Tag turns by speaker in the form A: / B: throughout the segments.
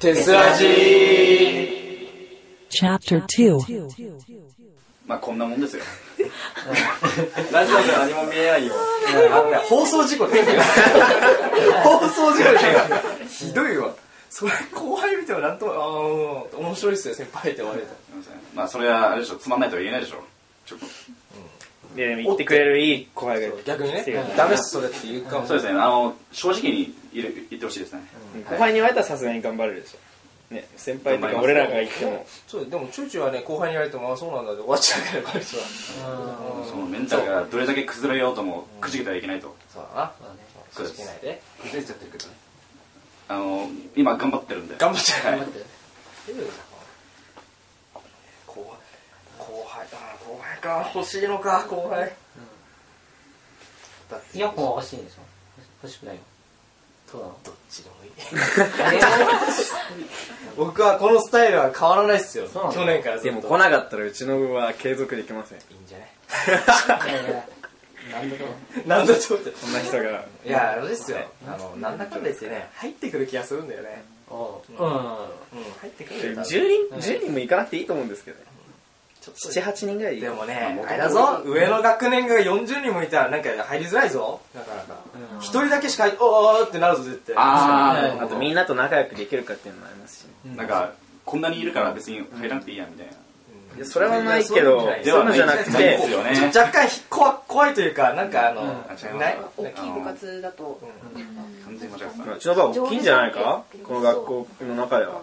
A: テスラジー
B: Chapter 2.
A: まあこんなもんですよ。 ラジオじゃ何も見えないよ。あね放送事故 ですよ。放送事故ですよ。ひどいわ。
C: それ後輩見てもなんともああ面白いっすよ先輩って言われた
A: まあそれはあれでしょ、つまんないとは言えないでしょ。ちょっと
D: ででも言ってくれるいい後輩が
C: 逆にね
D: 必要だ
C: ダメっすそれって言うかも
A: そうですね、あの、正直に言え言ってほしいですね。
D: 後輩に言われたらさすがに頑張れるでしょ、ね、先輩と
A: 頑
D: か
A: 張り
D: 俺
A: ます
D: らが言っても
C: そうでもちょいちょいはね後輩に言われてもあそうなんだで終わっちゃうから彼氏は
A: そのメンタルがどれだけ崩れようともくじけてはいけないと。
C: そうだな
A: そうです
C: ないで
E: 崩れちゃってるけどね
A: あの、今頑張ってるんで。
C: 頑張っちゃう
A: はい
C: 後輩後輩あー後輩か欲しいのか後輩
E: イヤホンは欲しいんでしょ欲しくないよそうなの
C: どっちでもいい
E: あれ
C: 僕はこのスタイルは変わらないっすよ
E: そうなんだ
C: 去年からずっと
F: でも来なかったらうちの部は継続できません
C: いいんじゃない
E: なんだろう
C: なんだと思って
F: こんな人が
C: いやあれですよあのなんだかんだ言ってね入ってくる気がするんだよね
E: おううん
C: うん入ってくるよ多
F: 10
C: 分
F: 人10人も行かなくていいと思うんですけどね
C: ちょっと
F: 78人ぐらい
C: でもね、あれだぞ、上の学年が40人もいたら、なんか入りづらいぞ、なかなか。一人だけしか入、おーってなるぞ、絶対。
A: あ
F: あとみんなと仲良くできるかっていうのもありますしね
A: あ、なんか、こんなにいるから別に入らなくていいやみたいな。
F: いやそれはないけどそう
A: で
F: いう
A: は
F: の
A: ない
F: じゃなくて
A: ですよね。
C: 若干ひ怖、怖いというか、なんかあの、
A: うん
C: ない
G: 大きい部活だと
A: 完全に間違えて
F: まあ
A: た
F: うちの場は大きいんじゃないかこの学校の中では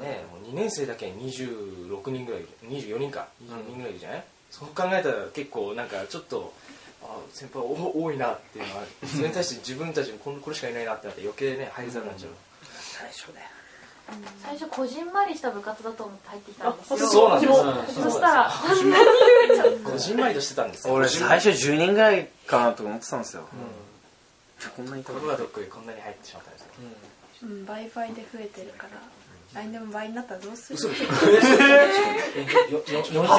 C: ね、もう2年生だけ26人ぐらいいる、24人か、24人ぐらいいるじゃないそう考えたら結構、なんかちょっと、あ先輩お多いなっていうのはあ る。それに対して自分たちもこんこれしかいないなってなって余計ね、入りづらくなっちゃう。
H: 最初こじんまりした部活だと思って入ってきたんですよ
C: そうなんです
H: そしたらこんなに言えちゃった
C: こじんまりとしてたんですよ
F: 俺最初10人ぐらいかなと思ってたんですよこんなにいた
C: ところがどっこいこんなに入ってしまったんですよ。
G: うん倍々で増えてるから来年も倍になったらどうする
C: 自分が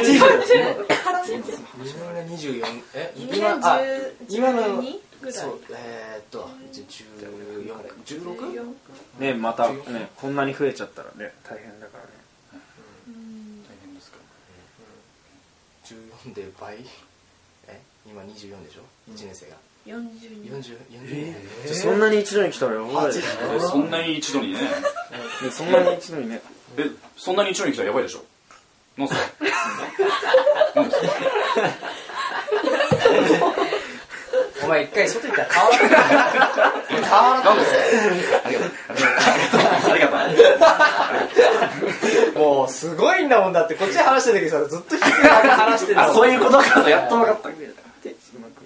C: 24え今あ今の
G: 2012ぐらい
C: そうえー、っと1416
G: 14
F: ねまたねこんなに増えちゃったらね大変だからね
G: うん
A: 大変ですか。
C: 14で倍え今24でしょ1年生が
G: 42
C: 4040年
F: じゃあそんなに一度に来たらやばいね
A: えそんなに一度にね。
F: そんなに一度にね
A: え、そんなに一度に来たらやばいでしょ。なん すかなんですか
C: お前一回外行ったら変わらない変わらない
A: ありがとう。ありがと う。
C: もうすごいんだもんだってこっちで話してる時さずっと引きずりながら話してる
A: あ、そういうことか。やっと分かった。
F: うまく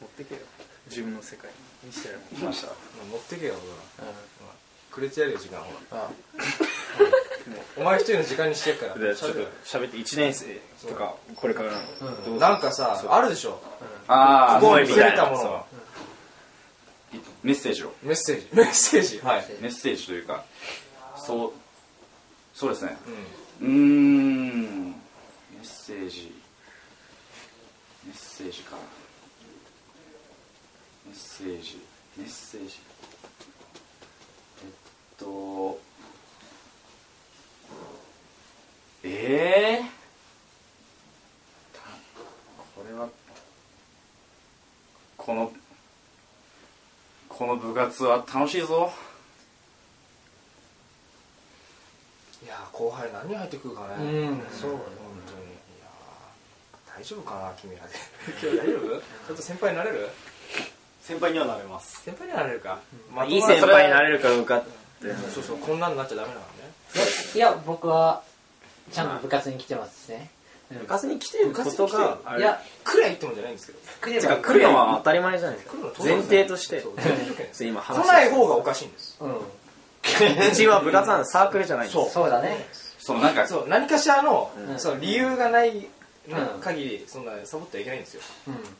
F: 持ってけよ自分の世界にしてやる
A: 来ました。
C: 持ってけよほら、くれてやるよ時間ほらお前一人の時間にしてるから
F: でちょっと喋って1年生とかこれからなのどう
C: なんかさあるでしょ
A: ああ、
C: こ
A: も
C: こ
A: う
C: に
A: み
C: く
A: た
C: れ
A: い
C: た
A: な。
C: ものが
A: メッセージを。
C: メッセージメッセージはい
A: メッセージというか、そう、そうですね。
C: うん
A: うーん、メッセージ。メッセージか。メッセージ。メッセージ。えっと、ええこれは、この、この部活は楽しいぞ。
C: いやー後輩何入ってくるかね
E: うん
C: そう本当にいやー大丈夫かな君らで 今日大丈夫ちょっと先輩になれる
A: 先輩にはなれます。
C: 先輩になれるか、ま
F: ま
C: あ
F: あいい先
C: それは
F: 輩になれるかどうかって
C: そうそうこんなんなっちゃダメなのね
E: いや僕はちゃんと部活に来てますしね
F: 部活に来てることがあ
C: い
F: れ
C: やくらいってもんじゃないんですけど
E: 来れ
F: てか来るのは当たり前じゃないですか
C: 来るの当然
F: 前提として
C: そう全然 OK です
F: そう今
C: 来
F: 話
C: ない方がおかしいんです
E: うん
F: うちは部活なんでサークルじゃないんです
C: そう
E: そうだね
A: そのなんか、
C: そう何かしらの、そう理由がない
E: うん
C: 限りそんなサボってはいけないんですよ
E: うん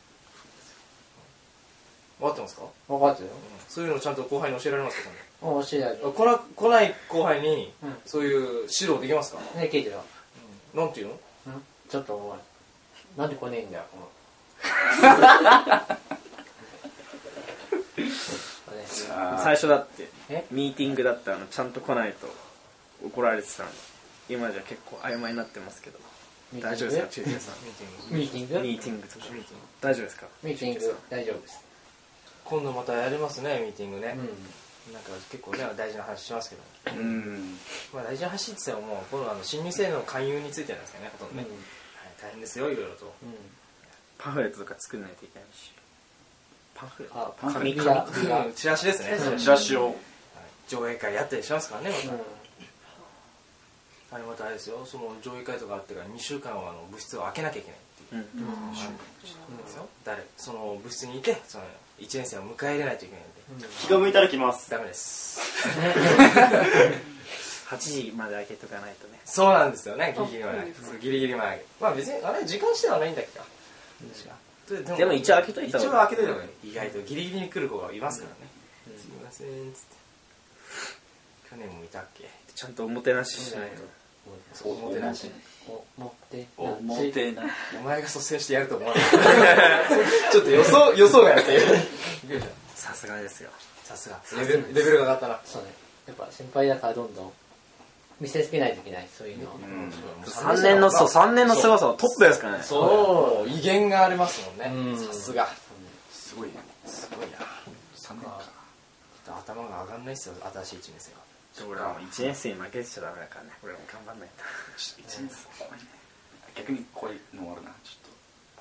C: 分かってますか、
E: 分かってるよ
C: そういうのちゃんと後輩に教えられますかち
E: もう教えない
C: ゃんと来な来ない後輩に、
E: うん
C: そういう指導できますか
E: ね聞いてよ
C: なんていうの
E: ちょっとお前なんで来ねえんだよ このそうね
A: あー
F: 最初だって
E: え
F: ミーティングだってあのちゃんと来ないと怒られてたの今じゃ結構曖昧になってますけど大丈夫ですか中堅さ
C: ミーティング
E: かミーティング
F: んミーティングとか大丈夫ですか
E: ミーティング大丈夫です
C: 今度またやりますねミーティングね、
E: う
C: なんか結構ね大事な話しますけど、
A: うん
C: まあ、大事な話って言ってももう今度あの新入生の勧誘についてなんですかねほとんど
E: ん
C: ね、はい、大変ですよいろいろと
E: うん
F: パンフレットとか作んないといけないしパンフレット
E: あ
A: パンフレ
E: 紙
A: ット
E: が
C: うんチラシですね
E: うん
A: チラシを
C: 上映会やったりしますからねまた、
E: う
C: あれまたあれですよその上映会とかあってから2週間はあの部室を開けなきゃいけないっていう、
F: うん
C: あるんですよ誰その部室にいてその1年生を迎え入れないといけないんで、
I: 気が向いたら来ます
C: ダメです
F: 8時まで開けとかないとね
C: そうなんですよねギリギリまでそうギリギリまでまあ別にあれ時間してはないんだっけか確かでで
F: でも一応開けといた方
C: 一応
F: が
C: 開けといた方がいい意外とギリギリに来る子がいますからね、すいませんっつって去年もいたっけ
F: ちゃんとおもてなししないと
C: そう思ってないし
E: お持って
A: お
E: な
A: もてな
C: お前が率先してやると思わなかった ちょっと予想予想外だったよびっくりした
F: さすがですよ
C: さすがレベルレベルが上がったな
E: そうねやっぱ先輩だからどんどん見せつけないといけないそういうのを
A: うん
F: 3年のそう3年の凄さはトップですからね
C: そうもう威厳がありますもん
E: う
C: ね
E: ん
C: さすが
A: すごいね
C: すごいな
A: 3年か
C: ちょっと頭が上がんないっすよ新しい1年生は
F: 俺はもう1年生に負けてちゃダメだからね俺も頑張んないと
A: ちょっと一年生怖いね逆に怖いのもあるなちょっ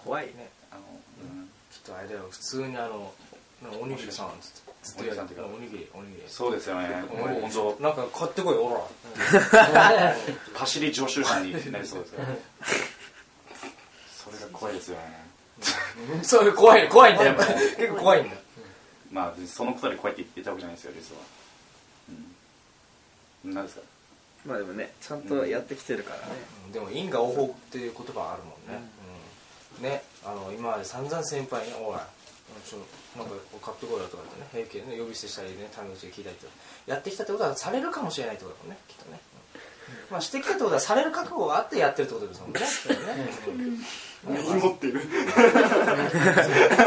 F: 怖いね
C: ね
A: とあのうん
C: ちょっとあれだよ普通にあのなんかおにぎりさんっつってずっとやってるおにぎりおにぎり
A: そうですよね
C: おにぎ
A: 本
C: り
A: 当
C: なんか買ってこいおら
A: パシリ常習犯になりそうですよねそれが怖いですよね
C: それ怖い怖いんだよやっぱり 結構怖いんだよ
A: まあそのことでこうやって言ってたわけじゃないですよ実はうん何ですか
F: まあでもねちゃんとやってきてるからね
C: うんでも因果応報っていう言葉あるもんね、うんねあの今まで散々先輩に「おいちょなんかこう買ってこいよ」とかってね平気でね呼び捨てしたりねタメ口で聞いたりとかやってきたってことはされるかもしれないってことだもんねきっとね、うんまあしてきたってことはされる覚悟があってやってるってことですもん ねそれね
A: 持ってる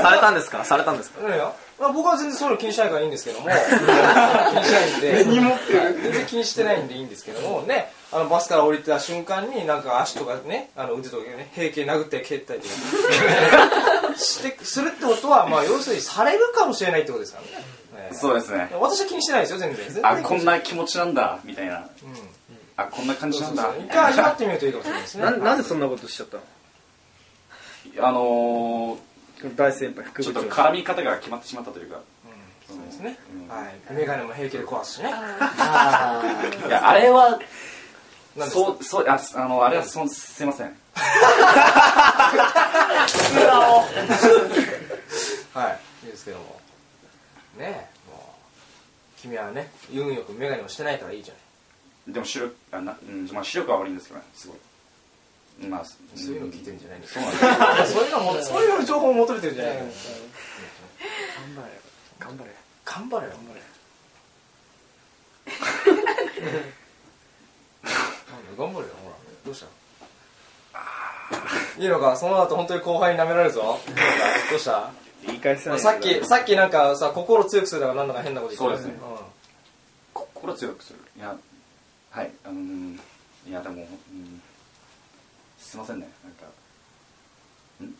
F: されたんですかされたんですか
C: いやいや、まあ、僕は全然そういうの気にしないからいいんですけども気 にしないんで全然気にしてないんでいいんですけどもねあのバスから降りた瞬間になんか足とかねあの腕とかね平気で殴ったり蹴ったりとか してするってことは、まあ、要するにされるかもしれないってことですからね、ええ
A: そうですね
C: 私は気にしてないですよ全然全然
A: あこんな気持ちなんだみたいな
C: うん
A: あこんな感じなんだ
C: そうそうそう一回味わってみるといいかもしれないですね
F: なんなんでそんなことしちゃったの
A: あの
F: この大先輩
A: ー
F: 副
A: ちょ
F: 部
A: っと
F: 長
A: 絡み方が決まってしまったというか
C: うんそうですね、
A: うん
C: はい眼鏡も平気で壊すしね
E: あ
A: いやあれは
C: なんですか
A: そうそうああのあれはそすいません
C: はい、いいですけども。ねえ、もう、君はね、運よく眼鏡をしてないからいいじゃない。
A: でも視力あな、うんまあ、視力は悪いんですけどねすごいまあ
C: そういうの聞いてんじゃないんです
A: そ
C: か
A: うなん ですよ
C: そういうのも、そういう情報を求めてるんじゃないの
F: 頑張れ
C: 頑張れよ。なんだよ頑張れよ、ほら。どうしたいいのか、その後本当に後輩に舐められるぞ。どうした
F: 言い返せないけど
C: さっき、さっきなんかさ、心強くするだからなんだか変なこと言ってたよ
A: そうですね
C: ん
A: 心強くするいやはいあのうんいやでも、うん、すいませんねなんかん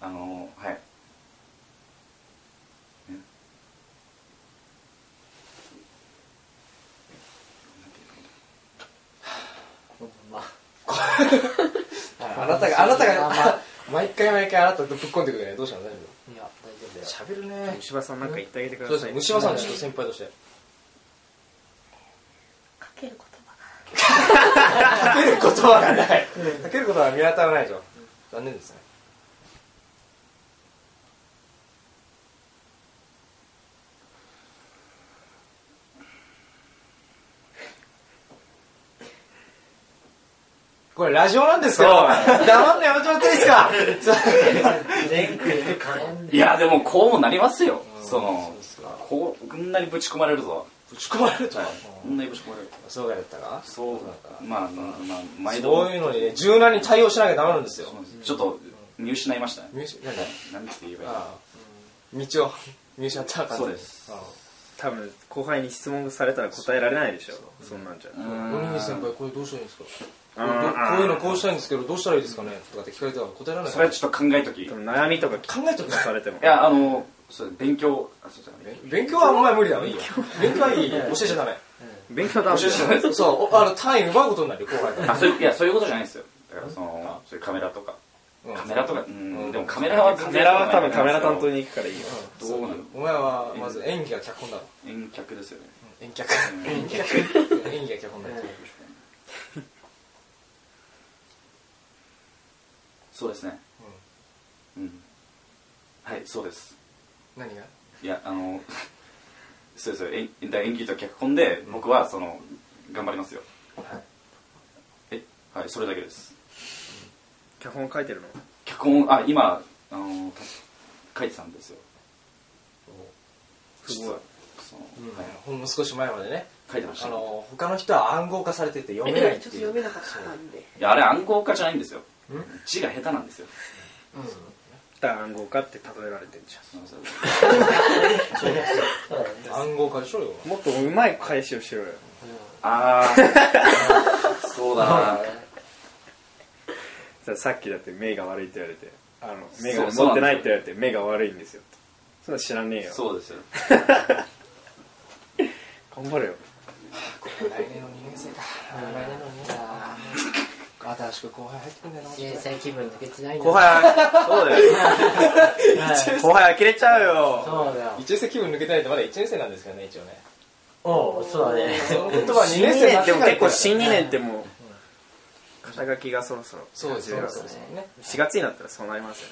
A: あのはいえなんていうの
C: あなたが、あなたが、毎回毎回あなたぶっ込んでくるね。どうしたの大丈
E: ーいや大丈夫だよ
C: 夫喋るね。
F: 虫歯さんなんか言ってあげてく
C: そうです
F: ださ
C: ね
F: い
C: 虫歯さんちょっと先輩として
G: かける言葉
C: かける言葉がないかける言葉が見当たらないでしょ残念ですねこれラジオなんですけど黙んのやめてもらっていいですか
E: 全国絡んで
A: いやでもこうもなりますよその
C: そうそう
A: こうこんなにぶち込まれるぞ
C: ぶち込まれるとは
A: こんなにぶち込まれる
C: そうだったか
A: そう
C: だったか
A: まあまあまあ毎度
C: そういうのにね柔軟に対応しなきゃダメなんですよ
A: そうなんですちょっと見失いましたね
C: 見失なんだ
A: なんて言えばいいの
C: ああ道を見失った感じ
A: そうです
C: ああ
F: 多分後輩に質問されたら答えられないでしょそんなんじゃ
A: うーん
C: 鬼西先輩これどうしたらいいんですかこ
F: あー
C: ういうのこうしたいんですけどどうしたらいいですかねとかって聞かれたら答えられない
A: それはちょっと考えときい
F: 多分悩みとか聞
C: 考えとく
F: されても
A: やあのそう勉強あそうじゃない
C: べ勉強はお前無理だろいいよ勉強 はいいよ教えちゃダメ
F: 勉強だ
C: そうおあの単位奪うことになるよ後輩から
A: あそういういやそういうことじゃないんですよだからそのそういうカメラとか
C: うん
A: カメラとかう
C: うんん
A: でもカメラは
F: カ
A: カ
F: メラは多分カメラ担当に行くからいいよ
A: どうなの
C: お前はまず演技が脚本だろ
A: 遠客ですよ ね
C: 遠脚
A: うん
C: 遠脚演技が脚本だよ
A: そうですねうんはいそうです
C: 何が
A: いやあの そうですよ演演技と脚本で僕はその頑張りますよ
C: はい
A: えはいそれだけです
F: 脚本書いてるの
A: 脚本あ今あのた書いてたんですよ
F: すごい
A: 実はその、
C: うん
A: はい、
C: ほんの少し前までね
A: 書いてました
C: あ
A: ね
C: の他の人は暗号化されてて読めないっていう
I: めなかったんで
A: いやあれ暗号化じゃないんですよ
C: うん
A: 字が下手なんで すよ
F: だから暗号化って例えられてんじ
C: 暗号化でしょよ
F: ゃんもっとうまい返しをしろよ
A: ああそうだな
F: ささっきだって目が悪いって言われてあの目
A: そ
F: が
A: うそう
F: 持ってないって言われて目が悪いんですよそんな知らねえよ
A: そうですよ
F: 頑張れよ
C: 来年の2年生か来年の2年生か新しく後輩入ってくんだよな
E: 新鮮気分抜けてないんだ
F: 後輩そうだよ後輩呆れちゃうよ
E: そうだよ
C: 1年生気分抜けてないとまだ1年生なんですからね一応ね
E: おうそうだね
C: その言葉は2年生になって
F: で
C: か
F: も
C: ら
F: 結構新2年ってもう肩書きがそろそろ
C: そうですよ
F: よ
C: そうですよね
F: 4月になったらそうなりますよ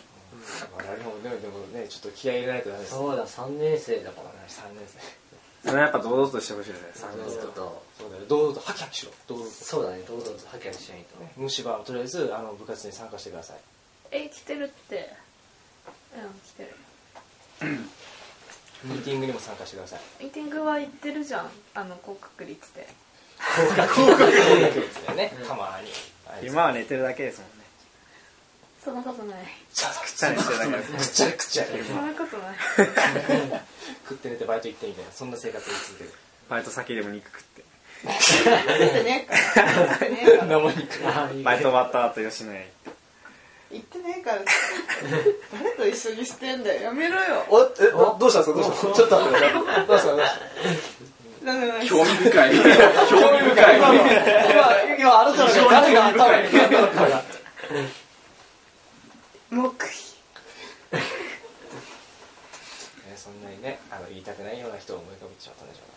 C: 我々もでもでもねちょっと気合い入れないとダメです3
E: そうだ3年生だからね
C: 年生
F: それはやっぱ堂々としてほしいよね3
E: 堂
F: 年
E: 々と
C: そうだよ堂々とハキハキしろ堂々と
E: そうだね堂々と派遣しないと
C: 虫歯はとりあえずあの部活に参加してください
G: え来てるってうん来てる
C: ミーティングにも参加してください
G: ミーティングは行ってるじゃんあの高確率で
C: そういうですよねたまにあいつ
F: 今は寝てるだけですもんね
G: そんなことない
F: 何してるだけで
C: く
F: す
C: っちゃれくっちゃれ
G: そんなことない
C: 食って寝てバイト行ってみたいなそんな生活を続ける
F: バイト先でも肉食って
I: 出てねえから出てねえから
C: 生肉
F: バイト終わった後吉野家行って
I: 行ってねえ から誰と一緒にしてんだよやめろよ
C: おえおどうしたんですかどうしたちょっと待ってどうしたどうした
I: だからなんか
A: 興味 深い興味深い
C: 今今あなたの誰が誰が誰が誰が
I: 黙秘
C: ねそんなにねあの言いたくないような人を思い浮かべてしまったんでしょうか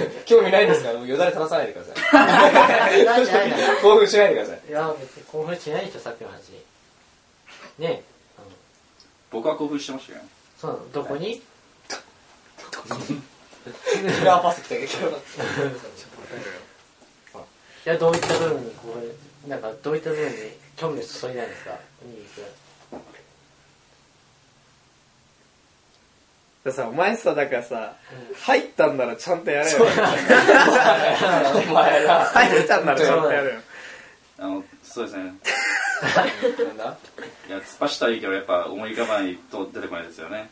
C: ね興味ないんですからよだれ垂らさないでくだ さ
E: ないんじゃないんだ
C: い興奮しないでください
E: いや別に興奮しないでしょさっきの話ねえあの
A: 僕は興奮してましたよ
E: そうなのどこに
C: フラワーパス来たけど
E: いやどういった部分にこうなんかどういった部分に興味を注いだんですかに行く
F: でさお前さだからさ入ったんならちゃんとやれよ
C: お前ら
F: 入ったんならちゃんとやれよ
A: あのそうですね
C: なんだ
A: いや突っ走ったらいいけどやっぱ思い浮かばないと出てこないですよね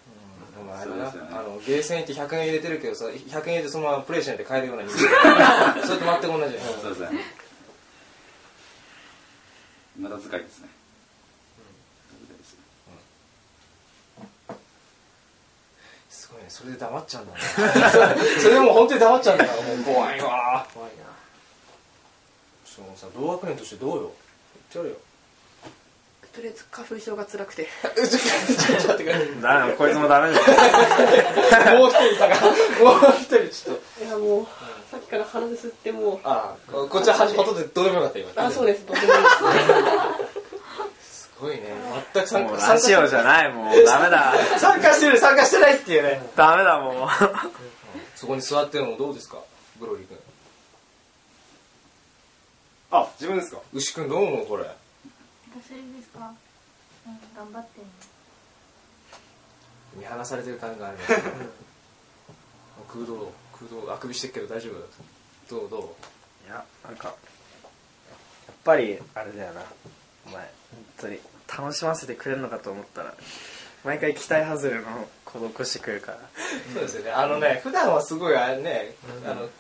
C: お前ら
A: そうで
C: な
A: すよね
C: あのゲーセン行って100円入れてるけどさ100円入れてそのままプレイしないで帰るような 人間それと全く同じだよ
A: そうですね無駄遣いですね無駄遣いですね
C: すごいねそれで黙っちゃうんだね それでもう本当に黙っちゃうんだからもう怖いわ
E: 怖いな
C: そのさ同学年としてどうよ言ってやるよ
I: とりあえず花粉症が辛く て
C: ちょっと待ってくれ
F: だこいつもダメだよ
C: もう一人いたから、もう一人ちょっと。
I: いやもうさっきから鼻ですってもう
C: ああ、ここっちは端ほとんどどうでもよかった今。
I: あそう
C: で
I: ですどうでもいいです
C: す。ごいね。全く参
F: もう
C: 加
F: ラ
C: 参加
F: ジオじゃないもうダメだ
C: 参加してる、参加してないっていうね。
F: ダメだもう
C: そこに座ってるのどうですかブロリー君。
F: あ自分ですか
C: 牛君どう思うこれ。
J: 私ですかうん、頑張ってんの
C: 見放されてる感があるね。空洞、空洞、あくびしてるけど大丈夫どうど
F: いやなんかやっぱりあれだよなお前本当に楽しませてくれるのかと思ったら毎回期待外れの行動を起こしてくるから
C: そうですよねあのね普段はすごいあれねあの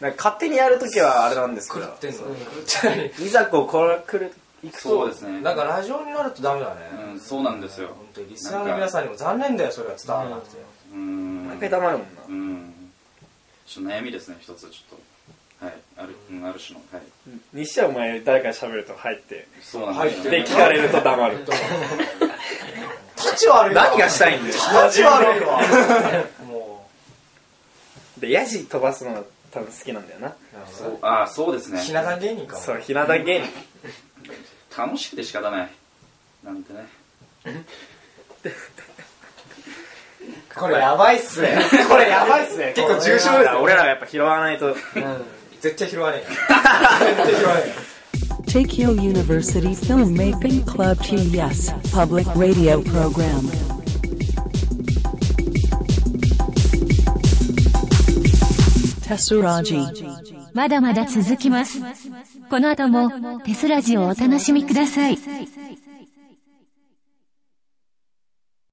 F: なんか勝手にやるときはあれなんですけ
C: 狂
F: ど
C: ってんの狂ってない
F: いざこうこれ来る行くと
A: そうですね
C: なんかラジオになるとダメだね、
A: うんそうなんですよ
C: 本当にリスナーの皆さんにも残念だよそれが伝わらなくて、
A: うーん
F: 毎回黙るもんな
A: うんちょっと悩みですね一つちょっとはいある,、うん、ある種のはい
F: にしてはお前誰か喋ると入って
A: そうなんですよ、
F: で聞かれると黙る
C: 立ち悪いわ
F: 何がしたいんだよ
C: 立ち悪いわ も
F: でヤジ飛ばすのが多分好きなんだよな
C: うなるほ
A: そ
C: ど
A: うああそうですね
C: ひな壇芸人かも
F: そうひな壇芸人
A: 楽しくて仕方ないなんてね
C: これやばいっすねこれやばいっすね結構重症ですよ
F: 俺らがやっぱ拾わないと
C: 絶対拾わねえから絶対拾わねえから
K: Tokyo University Filmmaking Club TES Public Radio Program. Tesuraji.
H: まだまだ続きます。この後もテスラジをお楽しみください。